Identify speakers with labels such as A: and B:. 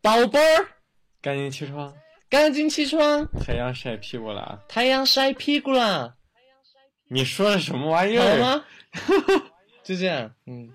A: 宝贝儿，
B: 赶紧起床，
A: 赶紧起床，
B: 太阳晒屁股了啊。
A: 太阳晒屁股啦，
B: 你说的什么玩意
A: 好
B: 儿？
A: 吗？就这样，嗯，